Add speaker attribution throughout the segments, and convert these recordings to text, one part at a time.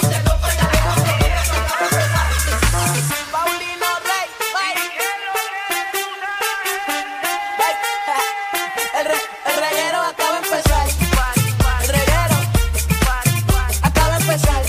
Speaker 1: Michel López y Alejandro Giles, esto acaba de empezar. Paulino Rey, bye. El re- el reguero acaba de empezar. El reguero acaba de empezar.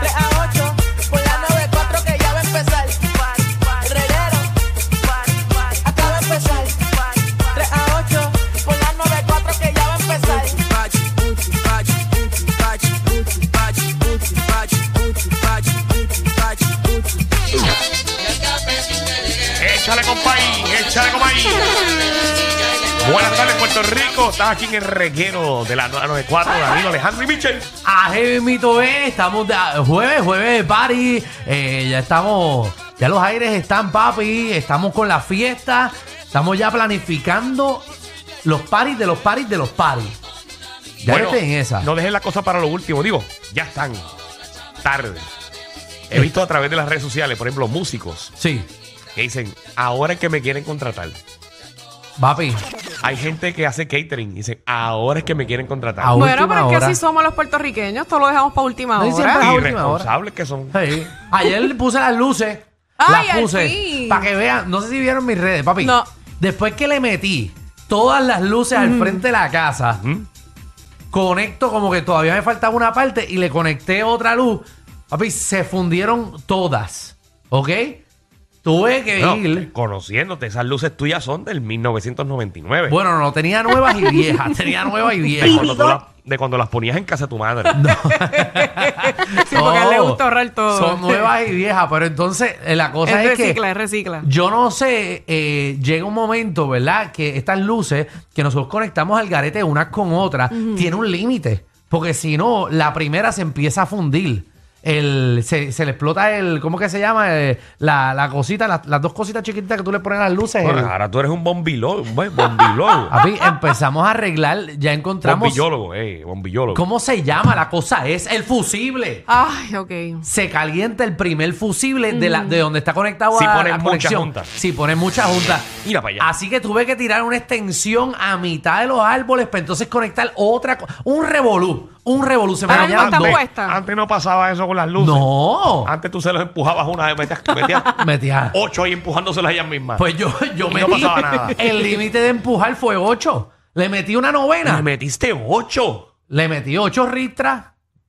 Speaker 1: 3 a 8, por la 9-4 que ya va a empezar. El reguero acaba de empezar. 3 a 8, por la 9-4 que ya va a empezar.
Speaker 2: Échale, compaí, échale, compaí. Buenas tardes, Puerto Rico. Estás aquí en el reguero de la 994, Danilo Alejandro y Michel.
Speaker 3: Aje mito es, estamos de- ah, jueves, jueves de party, eh, ya estamos, ya los aires están papi, estamos con la fiesta, estamos ya planificando los paris de los paris de los paris. Ya
Speaker 2: Bueno,
Speaker 3: estoy en esa.
Speaker 2: No dejes la cosa para lo último. Digo, ya están. Tarde. He visto a través de las redes sociales, por ejemplo, músicos
Speaker 3: Sí,
Speaker 2: que dicen, ahora es que me quieren contratar.
Speaker 3: papi,
Speaker 2: Hay gente que hace catering y dicen, ahora es que me quieren contratar.
Speaker 3: Ahora.
Speaker 4: Bueno, pero es que
Speaker 3: hora.
Speaker 4: así somos los puertorriqueños, todo lo dejamos para última
Speaker 3: No, y siempre-
Speaker 4: hora.
Speaker 3: a última
Speaker 2: Irresponsables que son.
Speaker 3: sí. ayer le puse las luces,
Speaker 4: Ay,
Speaker 3: las
Speaker 4: al
Speaker 3: puse
Speaker 4: fin.
Speaker 3: para que vean, no sé si vieron mis redes, papi.
Speaker 4: No.
Speaker 3: Después que le metí todas las luces al frente de la casa,
Speaker 2: Ujú.
Speaker 3: conecto como que todavía me faltaba una parte y le conecté otra luz. Papi, se fundieron todas. ¿Ok? Tuve que
Speaker 2: No,
Speaker 3: ir.
Speaker 2: conociéndote, esas luces tuyas son del 1999.
Speaker 3: Bueno, no, tenía nuevas y viejas. tenía nuevas y
Speaker 2: de
Speaker 3: viejas.
Speaker 2: cuando, tú las- de cuando las ponías en casa de tu madre.
Speaker 4: Sí, porque a él le
Speaker 3: No,
Speaker 4: gusta ahorrar todo.
Speaker 3: Son nuevas y viejas, pero entonces eh, la cosa
Speaker 4: es
Speaker 3: es,
Speaker 4: recicla,
Speaker 3: que.
Speaker 4: es recicla.
Speaker 3: Yo no sé, eh, llega un momento, ¿verdad? Que estas luces que nosotros conectamos al garete unas con otras, tiene un límite. Porque si no, la primera se empieza a fundir. El, se, se le explota el, ¿cómo que se llama? Eh, la, la cosita, las- las dos cositas chiquititas que tú le pones a las luces.
Speaker 2: Bueno,
Speaker 3: el-
Speaker 2: ahora tú eres un bombiló, un buen bombilólogo.
Speaker 3: Papi, empezamos a arreglar, ya encontramos...
Speaker 2: bombilólogo, eh, bombilólogo.
Speaker 3: ¿Cómo se llama la cosa? Es el fusible.
Speaker 4: Ay, ok.
Speaker 3: se calienta el primer fusible de, la, de donde está conectado
Speaker 2: Si
Speaker 3: a
Speaker 2: pones
Speaker 3: la
Speaker 2: muchas
Speaker 3: conexión.
Speaker 2: juntas.
Speaker 3: Si pones muchas juntas.
Speaker 2: Mira para allá.
Speaker 3: Así que tuve que tirar una extensión a mitad de los árboles para entonces conectar otra. co- Un revolú. Un revolú. Se me
Speaker 4: Ahora mismo
Speaker 3: dañaban
Speaker 4: están
Speaker 3: dos.
Speaker 4: puestas. cuesta?
Speaker 2: Antes no pasaba eso con las luces.
Speaker 3: No.
Speaker 2: Antes tú se los empujabas una vez, metías, metías
Speaker 3: Metía.
Speaker 2: ocho ahí empujándoselas ellas mismas.
Speaker 3: Pues yo, yo
Speaker 2: Y
Speaker 3: metí.
Speaker 2: no pasaba nada.
Speaker 3: El límite de empujar fue 8. Le metí una novena.
Speaker 2: Le metiste ocho.
Speaker 3: Le metí 8 ristras.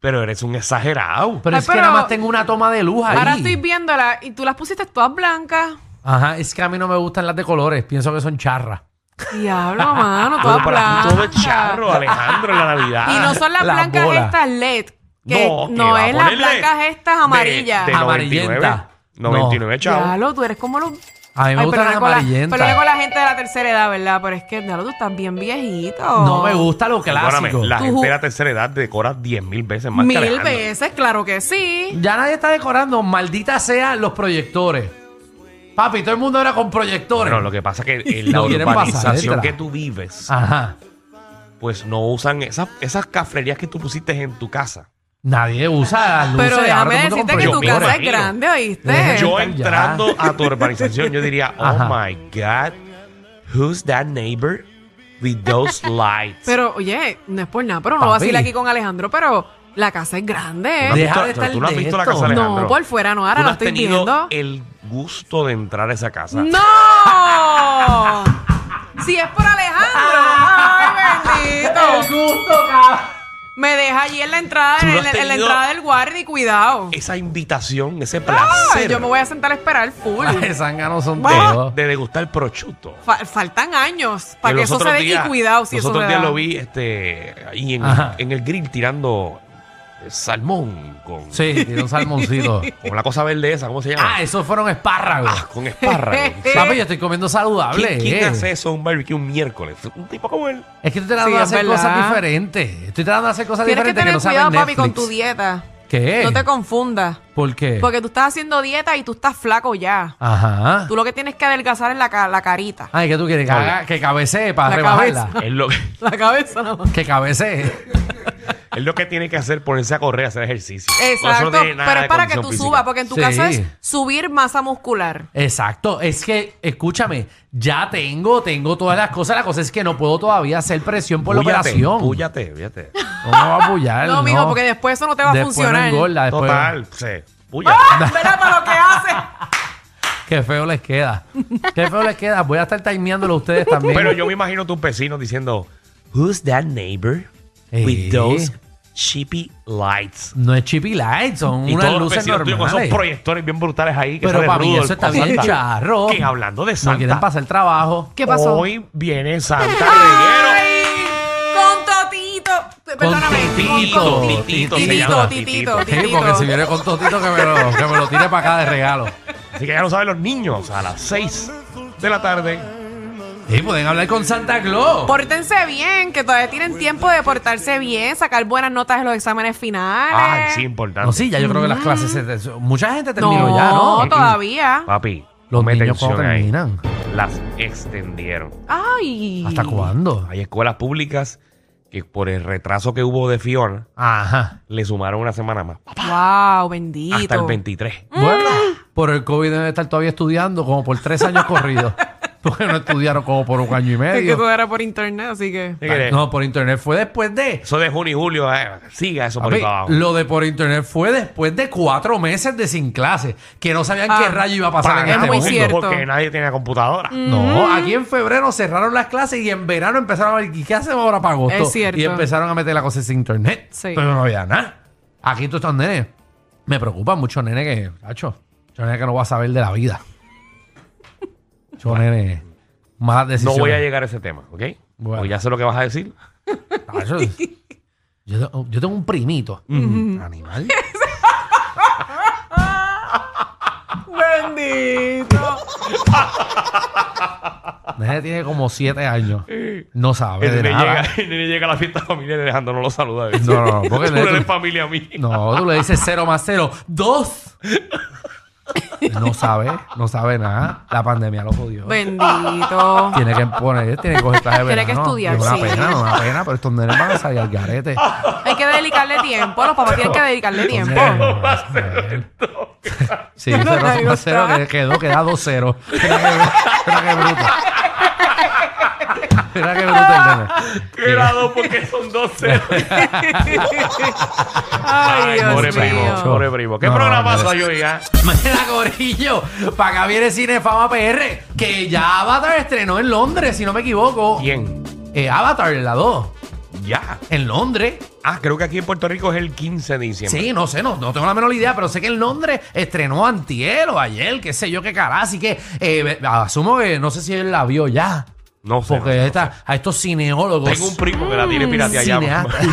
Speaker 2: Pero eres un exagerado.
Speaker 3: Pero
Speaker 4: Ay,
Speaker 3: es que
Speaker 4: pero-
Speaker 3: nada más tengo una toma de luz ahí.
Speaker 4: Ahora estoy viéndola y tú las pusiste todas blancas.
Speaker 3: Ajá, es que a mí no me gustan las de colores. Pienso que son charras.
Speaker 4: Diablo, mano,
Speaker 2: Todo,
Speaker 4: todas
Speaker 2: para
Speaker 4: blancas.
Speaker 2: ti todo es charro, Alejandro, en la Navidad.
Speaker 4: Y no son las
Speaker 3: Las
Speaker 4: blancas
Speaker 3: bolas.
Speaker 4: estas LED. Que
Speaker 2: No,
Speaker 4: no,
Speaker 2: ¿qué va a
Speaker 4: es las
Speaker 2: ponerle?
Speaker 4: blancas estas
Speaker 2: De-
Speaker 4: amarillas.
Speaker 2: de
Speaker 4: Diablo,
Speaker 2: 99.
Speaker 3: Amarillenta.
Speaker 2: 99, chavo.
Speaker 4: tú eres como los...
Speaker 3: A mí me gustan
Speaker 4: perdona
Speaker 3: las
Speaker 4: con la-
Speaker 3: amarillentas.
Speaker 4: perdona con la gente de la tercera edad, ¿verdad? Pero es que, diablo, tú estás bien viejito.
Speaker 3: No me gusta lo
Speaker 2: Perdóname,
Speaker 3: clásico.
Speaker 2: la
Speaker 4: Tú
Speaker 2: gente de
Speaker 4: ju-
Speaker 2: la tercera edad decora diez mil veces más que
Speaker 4: Mil
Speaker 2: Alejandro.
Speaker 4: veces, claro que sí.
Speaker 3: Ya nadie está decorando, maldita sea los proyectores. Papi, todo el mundo era con proyectores.
Speaker 2: Bueno, lo que pasa es que en la
Speaker 3: Lo quieren pasar, Ah.
Speaker 2: urbanización
Speaker 3: entra.
Speaker 2: que tú vives,
Speaker 3: Ajá.
Speaker 2: pues no usan esas, esas cafrerías que tú pusiste en tu casa.
Speaker 3: Nadie usa las luces.
Speaker 4: Pero
Speaker 3: ahora
Speaker 4: déjame
Speaker 3: todo el mundo
Speaker 4: decirte
Speaker 3: con
Speaker 4: que tu
Speaker 2: proyectores.
Speaker 4: casa es
Speaker 2: Imagino.
Speaker 4: grande,
Speaker 3: Deja
Speaker 4: ¿oíste?
Speaker 3: Eh,
Speaker 2: Yo
Speaker 3: ya.
Speaker 2: entrando a tu urbanización, yo diría, oh
Speaker 3: Ajá.
Speaker 2: my God, who's that neighbor with those lights?
Speaker 4: Pero, oye, no es por nada, pero
Speaker 3: Papi.
Speaker 4: no vacila aquí con Alejandro, pero la casa es grande,
Speaker 2: ¿Tú no has
Speaker 4: ¿eh?
Speaker 3: Deja
Speaker 2: visto-
Speaker 3: de estar
Speaker 2: tú no has
Speaker 3: de
Speaker 2: visto la
Speaker 3: esto.
Speaker 2: casa, de
Speaker 3: No,
Speaker 2: Alejandro.
Speaker 4: No, por fuera no, ahora
Speaker 2: Tú no
Speaker 4: la
Speaker 2: has
Speaker 4: estoy
Speaker 2: tenido
Speaker 4: viendo.
Speaker 2: el gusto de entrar a esa casa.
Speaker 4: ¡No! Si es por Alejandro. ¡Ay,
Speaker 3: El
Speaker 4: bendito!
Speaker 3: gusto, cabrón.
Speaker 4: Me deja allí en la entrada,
Speaker 2: Tú no
Speaker 4: en,
Speaker 2: has
Speaker 4: la- en la
Speaker 2: tenido-
Speaker 4: entrada del guardia y cuidado.
Speaker 2: Esa invitación, ese
Speaker 4: Ay,
Speaker 2: placer
Speaker 4: Ah, yo me voy ¡Ah! a sentar a esperar full.
Speaker 3: Ay, zánganos son
Speaker 4: Va.
Speaker 3: todos.
Speaker 2: de degustar prosciutto.
Speaker 4: Fa- faltan años para
Speaker 2: De
Speaker 4: que
Speaker 2: los
Speaker 4: eso se
Speaker 2: otros
Speaker 4: dé y
Speaker 2: días-
Speaker 4: cuidado si
Speaker 2: los
Speaker 4: eso
Speaker 2: otros
Speaker 4: se
Speaker 2: días
Speaker 4: da.
Speaker 2: lo vi este, ahí en,
Speaker 3: Ajá.
Speaker 2: en el grill tirando eh, salmón con,
Speaker 3: Sí, tiene un salmoncito.
Speaker 2: con la cosa verde esa, ¿cómo se llama?
Speaker 3: ah, esos fueron espárragos.
Speaker 2: Ah, con espárragos.
Speaker 3: Papi, yo estoy comiendo saludable.
Speaker 2: ¿Quién, quién
Speaker 3: eh.
Speaker 2: hace eso en un barbecue un miércoles? Un tipo como él.
Speaker 3: Es que estoy tratando
Speaker 4: Sí,
Speaker 3: de
Speaker 4: es
Speaker 3: hacer cosas
Speaker 4: verdad.
Speaker 3: diferentes. Estoy tratando de hacer cosas
Speaker 4: Tienes que
Speaker 3: diferentes
Speaker 4: tener
Speaker 3: no saben
Speaker 4: cuidado, papi, con
Speaker 3: Netflix.
Speaker 4: tu dieta.
Speaker 3: ¿Qué?
Speaker 4: No te confundas.
Speaker 3: ¿Por qué?
Speaker 4: Porque tú estás haciendo dieta y tú estás flaco ya.
Speaker 3: Ajá.
Speaker 4: Tú lo que tienes que adelgazar es la, ca- la carita.
Speaker 3: Ay, que tú quieres que, haga- que cabecee para
Speaker 4: La
Speaker 3: rebajarla.
Speaker 4: cabeza.
Speaker 2: Es lo,
Speaker 4: La cabeza nada más.
Speaker 3: Que cabecee.
Speaker 2: es lo que tiene que hacer, ponerse a correr, hacer ejercicio. Eso
Speaker 4: Exacto,
Speaker 2: no tiene nada
Speaker 4: pero es
Speaker 2: de
Speaker 4: para que tú
Speaker 2: condición
Speaker 4: subas,
Speaker 2: física.
Speaker 4: porque en tu
Speaker 3: Sí.
Speaker 4: caso es subir masa muscular.
Speaker 3: Exacto. Es que, escúchame, ya tengo, tengo todas las cosas. La cosa es que no puedo todavía hacer presión por la
Speaker 2: Púllate,
Speaker 3: operación. Ah,
Speaker 2: púllate, fíjate.
Speaker 3: No me va a apoyar.
Speaker 4: No, mijo, porque después eso no te va a funcionar.
Speaker 3: No engorda, después-
Speaker 2: Total, sí. Puya.
Speaker 4: Verá para lo que hace.
Speaker 3: Qué feo les queda. Qué feo les queda. Voy a estar timeándolo a ustedes también.
Speaker 2: Pero yo me imagino tus vecinos diciendo, Who's that neighbor
Speaker 3: Eh.
Speaker 2: with those cheapy lights?
Speaker 3: No es chippy light, son
Speaker 2: Y
Speaker 3: unas
Speaker 2: todos los
Speaker 3: luces
Speaker 2: vecinos tuyos con esos
Speaker 3: normales.
Speaker 2: proyectores bien brutales ahí. Que
Speaker 3: Pero
Speaker 2: sale
Speaker 3: para mí
Speaker 2: Rudolph
Speaker 3: eso está
Speaker 2: con
Speaker 3: bien
Speaker 2: Santa.
Speaker 3: charro.
Speaker 2: Que hablando de
Speaker 3: No quieren
Speaker 2: Santa,
Speaker 3: pasar el trabajo.
Speaker 4: ¿Qué pasó?
Speaker 2: hoy viene Santa Reguero.
Speaker 4: Con Totito. Perdóname.
Speaker 3: Totito,
Speaker 4: con
Speaker 2: Totito se
Speaker 4: Titito,
Speaker 2: llama,
Speaker 4: Titito,
Speaker 2: Titito.
Speaker 3: Sí, porque si
Speaker 4: Titito.
Speaker 3: viene con Totito que me lo, que me lo tire para acá de regalo.
Speaker 2: Así que ya lo saben los niños, a las 6 de la tarde.
Speaker 3: Y pueden hablar con Santa Claus.
Speaker 4: Pórtense bien, que todavía tienen tiempo de portarse bien, sacar buenas notas en los exámenes
Speaker 2: Ay,
Speaker 4: finales.
Speaker 2: Ah, sí, importante.
Speaker 3: No, sí, ya yo creo que las clases se- Mucha gente terminó
Speaker 4: no,
Speaker 3: ya, ¿no?
Speaker 4: todavía.
Speaker 2: Papi,
Speaker 3: Los
Speaker 2: ponme
Speaker 3: niños cuando
Speaker 2: atención ahí.
Speaker 3: terminan.
Speaker 2: Las extendieron.
Speaker 4: Ay.
Speaker 3: ¿Hasta cuándo?
Speaker 2: Hay escuelas públicas que por el retraso que hubo de Fiona,
Speaker 3: Ajá.
Speaker 2: le sumaron una semana más.
Speaker 4: Wow, bendito.
Speaker 2: Hasta el 23.
Speaker 3: Bueno, por el COVID deben estar todavía estudiando como por tres años corridos. Porque no estudiaron como por un año y
Speaker 4: Es que todo
Speaker 3: medio.
Speaker 4: era por internet, así que.
Speaker 2: Así que
Speaker 3: No, por internet fue después de.
Speaker 2: Eso de junio y julio, eh, siga eso por ahí
Speaker 3: Papi,
Speaker 2: para abajo.
Speaker 3: lo de por internet fue después de cuatro meses de sin clases, que no sabían
Speaker 4: Ah,
Speaker 3: qué rayo iba a pasar en
Speaker 2: Para
Speaker 3: este
Speaker 4: muy
Speaker 3: mundo.
Speaker 2: mundo,
Speaker 4: cierto. Mm.
Speaker 2: Porque nadie tenía computadora.
Speaker 3: No, aquí en febrero cerraron las clases y en verano empezaron a ver, ¿y qué hacemos ahora para agosto?
Speaker 4: Es cierto.
Speaker 3: Y empezaron a meter las cosas en internet.
Speaker 4: Sí.
Speaker 3: Pero no había nada. Aquí todos estos nenes. Me preocupan mucho nene que, cacho, yo nene que no va a saber de la vida. Yo nene, malas
Speaker 2: No
Speaker 3: decisiones.
Speaker 2: voy a llegar a ese tema, ¿ok?
Speaker 3: Bueno.
Speaker 2: Porque ya sé lo que vas a decir.
Speaker 3: Cacho, yo, te- yo tengo un primito. Animal.
Speaker 4: Bendito.
Speaker 3: Nene tiene como siete años. No sabe
Speaker 2: El
Speaker 3: Pues de
Speaker 2: nene,
Speaker 3: nada.
Speaker 2: llega, el nene llega a la fiesta familiar y Alejandro no lo saluda.
Speaker 3: No, no, no, porque
Speaker 2: Tú
Speaker 3: le-
Speaker 2: no eres familia mía.
Speaker 3: No, tú le dices cero más cero. ¡Dos! No sabe, no sabe nada. La pandemia lo jodió.
Speaker 4: Bendito.
Speaker 3: Tiene que poner, tiene que coger clase de
Speaker 4: Tiene que
Speaker 3: verano.
Speaker 4: estudiar,
Speaker 3: Es una
Speaker 4: sí.
Speaker 3: pena, no, una pena, pero estos nenes van a salir al garete.
Speaker 4: Hay que dedicarle tiempo. Los papás tienen que dedicarle tiempo.
Speaker 3: Sí, cero
Speaker 4: Ahí
Speaker 3: más
Speaker 4: está.
Speaker 3: cero que quedó, queda dos cero. Mira qué- mira qué bruto. Mira qué bruto el nene.
Speaker 2: Qué grado, porque son 12.
Speaker 4: Ay, Dios
Speaker 2: pobre primo,
Speaker 4: mío.
Speaker 2: pobre primo. ¿Qué
Speaker 3: No, no,
Speaker 2: programa ah?
Speaker 3: no,
Speaker 2: soy yo ya?
Speaker 3: Mira, Corillo, para acá viene Cinefama PR, que ya Avatar estrenó en Londres, si no me equivoco.
Speaker 2: ¿Quién?
Speaker 3: Eh, Avatar, la 2,
Speaker 2: Ya.
Speaker 3: en Londres.
Speaker 2: Ah, creo que aquí en Puerto Rico es el 15 de diciembre.
Speaker 3: Sí, no sé, no, no tengo la menor idea, pero sé que en Londres estrenó antier o ayer, qué sé yo, qué cara. Así que eh, ve- asumo que no sé si él la vio ya.
Speaker 2: No sé.
Speaker 3: Porque
Speaker 2: no sé.
Speaker 3: esta- a estos cineólogos.
Speaker 2: Tengo un primo que la tiene pirata allá.
Speaker 3: cineastas.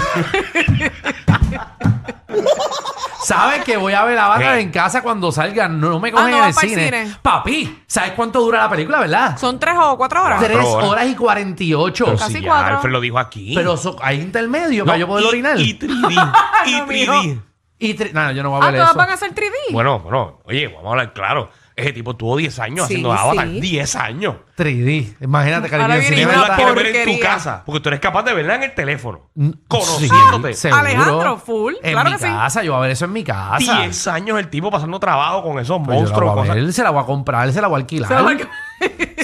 Speaker 3: ¿Sabes que voy a ver Avatar
Speaker 2: ¿Qué?
Speaker 3: en casa cuando salga? No, no me cogen
Speaker 4: Ah, no
Speaker 3: en
Speaker 4: vas
Speaker 3: el
Speaker 4: pa'l
Speaker 3: cine.
Speaker 4: cine.
Speaker 3: Papi, ¿sabes cuánto dura la película, verdad?
Speaker 4: Son tres o cuatro horas.
Speaker 3: Tres
Speaker 2: horas.
Speaker 3: horas y 48.
Speaker 2: Pero
Speaker 3: Pero,
Speaker 4: Casi
Speaker 2: si ya
Speaker 4: cuatro.
Speaker 2: Alfred lo dijo aquí.
Speaker 3: so- hay intermedio
Speaker 2: No,
Speaker 3: para yo poder
Speaker 2: y-
Speaker 3: orinar.
Speaker 2: Y 3D. Y
Speaker 4: No,
Speaker 2: 3D.
Speaker 4: mijo.
Speaker 3: Y tre- no, yo no voy a
Speaker 4: Ah,
Speaker 3: ver
Speaker 4: todas
Speaker 3: eso.
Speaker 4: van a ser 3D.
Speaker 2: Bueno, bueno, oye, vamos a hablar claro. Ese tipo tuvo 10 años
Speaker 4: Sí,
Speaker 2: haciendo Avatar.
Speaker 4: sí.
Speaker 2: 10 años.
Speaker 3: 3D. Imagínate, cariño.
Speaker 4: Ahora
Speaker 3: el
Speaker 4: viene
Speaker 2: Y
Speaker 3: cine
Speaker 2: tú
Speaker 4: una
Speaker 2: la quieres ver en tu
Speaker 4: porquería.
Speaker 2: casa. Porque tú eres capaz de verla en el teléfono.
Speaker 3: Mm,
Speaker 2: Conociéndote.
Speaker 3: sí, seguro.
Speaker 4: Alejandro, full,
Speaker 3: En
Speaker 4: claro
Speaker 3: mi
Speaker 4: que sí.
Speaker 3: casa, yo voy a ver eso en mi casa.
Speaker 2: 10 años el tipo pasando trabajo con esos
Speaker 3: Pues yo la
Speaker 2: monstruos.
Speaker 3: voy a
Speaker 2: cosas.
Speaker 3: ver, se la voy a comprar, se la voy a alquilar.
Speaker 4: Se la voy a-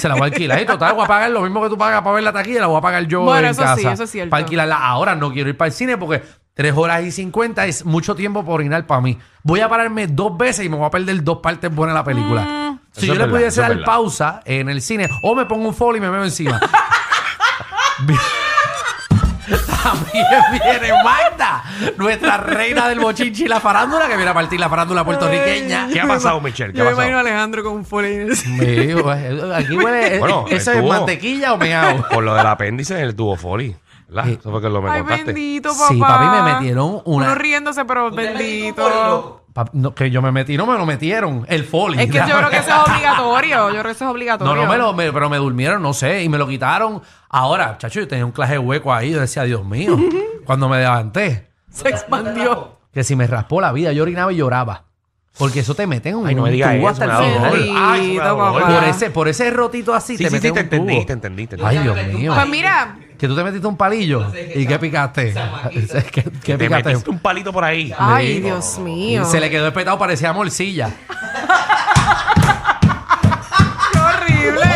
Speaker 3: Se la voy a alquilar y total, voy a pagar lo mismo que tú pagas para ver la taquilla, la voy a pagar yo
Speaker 4: Bueno,
Speaker 3: en
Speaker 4: eso sí,
Speaker 3: casa.
Speaker 4: eso es cierto.
Speaker 3: Para alquilarla ahora, no quiero ir para el cine porque 3 horas y 50 es mucho tiempo por orinar para mí. Voy a pararme dos veces y me voy a perder dos partes buenas de la película.
Speaker 4: Mm.
Speaker 3: Si
Speaker 2: Eso
Speaker 3: yo
Speaker 2: es
Speaker 3: le
Speaker 2: verdad,
Speaker 3: pudiese
Speaker 2: eso es
Speaker 3: dar
Speaker 2: verdad.
Speaker 3: pausa en el cine o me pongo un folio y me veo encima. También viene Magda, nuestra reina del bochinchi y la farándula, que viene a partir la farándula puertorriqueña.
Speaker 2: ¿Qué ha pasado, Michelle? ¿Qué
Speaker 4: Yo
Speaker 2: ha
Speaker 4: me
Speaker 2: pasado?
Speaker 4: imagino a Alejandro con un folio.
Speaker 3: Me- aquí huele. eh,
Speaker 2: Bueno,
Speaker 3: ¿Eso es
Speaker 2: estuvo.
Speaker 3: mantequilla o meao?
Speaker 2: Por lo del apéndice, él tuvo foli. ¿Verdad? Eso fue que lo me
Speaker 4: Ay,
Speaker 2: contaste.
Speaker 4: bendito, papá.
Speaker 3: Sí, papi, me metieron una-
Speaker 4: Uno riéndose, pero bendito.
Speaker 3: Pa- no, que yo me metí, no me lo metieron. El folio.
Speaker 4: Es que yo creo que eso es obligatorio. Yo creo que eso es obligatorio.
Speaker 3: No, no me lo, me- pero me durmieron, no sé, y me lo quitaron. Ahora, chacho, yo tenía un claje hueco ahí, yo decía, Dios mío, cuando me levanté,
Speaker 4: Se expandió.
Speaker 3: que si me raspó la vida, yo orinaba y lloraba. Porque eso te meten un,
Speaker 2: Ay, no me
Speaker 3: un
Speaker 2: digas
Speaker 3: tubo
Speaker 2: eso,
Speaker 3: hasta el
Speaker 2: me da
Speaker 3: final.
Speaker 2: dolor. Ay, eso me da
Speaker 4: Bendito,
Speaker 2: dolor.
Speaker 4: papá.
Speaker 3: Por ese, por ese rotito así
Speaker 2: Sí,
Speaker 3: te
Speaker 2: sí,
Speaker 3: meten
Speaker 2: sí, te
Speaker 3: un tubo.
Speaker 2: entendí, te entendí, te
Speaker 3: Ay,
Speaker 2: entendí.
Speaker 3: Dios mío.
Speaker 4: Pues mira,
Speaker 3: Que tú te metiste un palillo y que picaste. ¿Qué, qué
Speaker 2: Te
Speaker 3: picaste?
Speaker 2: metiste un palito por ahí.
Speaker 4: ay, Dios mío.
Speaker 3: Se le quedó espetado, parecía morcilla.
Speaker 4: ¡Qué horrible!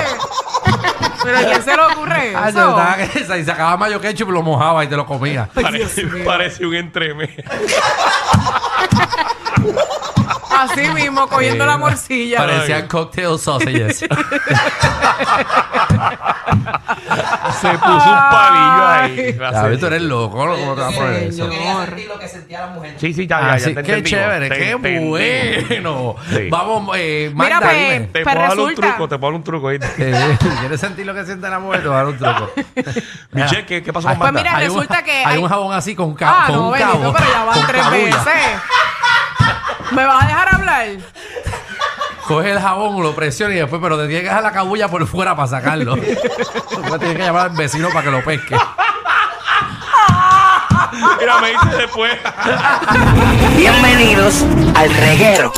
Speaker 4: ¿Pero a quién se le ocurre
Speaker 3: Ay, de
Speaker 4: eso?
Speaker 3: verdad que Ah, se sacaba mayo ketchup y lo mojaba y te lo comía.
Speaker 2: Parece, parece un entreme.
Speaker 4: Así mismo, cogiendo la morcilla.
Speaker 3: Parecían cocktail sausages.
Speaker 2: Se puso un palillo ahí.
Speaker 3: David, tú eres loco, ¿no? ¿Cómo te vas a poner eso?
Speaker 5: Yo quería sentir lo que sentía la mujer.
Speaker 2: Sí,
Speaker 4: Ah,
Speaker 2: sí, ya, ya, ya.
Speaker 3: Así,
Speaker 2: te
Speaker 3: Ah, qué
Speaker 2: entendimos.
Speaker 3: chévere,
Speaker 2: Te
Speaker 3: qué
Speaker 2: entendimos.
Speaker 3: bueno.
Speaker 2: Sí.
Speaker 3: Vamos, eh,
Speaker 4: Mira,
Speaker 3: Magda,
Speaker 4: pues,
Speaker 3: dime.
Speaker 2: Te
Speaker 4: Pues
Speaker 2: puedo dar un
Speaker 4: resulta.
Speaker 2: truco, te puedo dar un truco. ¿oíste?
Speaker 3: Eh, ¿Quieres sentir lo que siente la mujer? Te voy a dar un truco.
Speaker 2: Michelle, ¿qué, qué pasó con
Speaker 4: Pues
Speaker 2: Magda?
Speaker 4: mira,
Speaker 3: Hay un-
Speaker 4: resulta que
Speaker 3: Hay,
Speaker 4: hay-
Speaker 3: un jabón así con, ca-
Speaker 4: Ah,
Speaker 3: con
Speaker 4: no,
Speaker 3: un
Speaker 4: bendito,
Speaker 3: cabo.
Speaker 4: pero ya van
Speaker 3: con
Speaker 4: tres
Speaker 3: cabulla.
Speaker 4: veces. ¿Me vas a dejar hablar?
Speaker 3: Coge el jabón, lo presiona y después, pero te tienes que dejar la cabulla por fuera para sacarlo. Después tienes que llamar al vecino para que lo pesque.
Speaker 2: Mira, me dice después.
Speaker 6: Bienvenidos al reguero.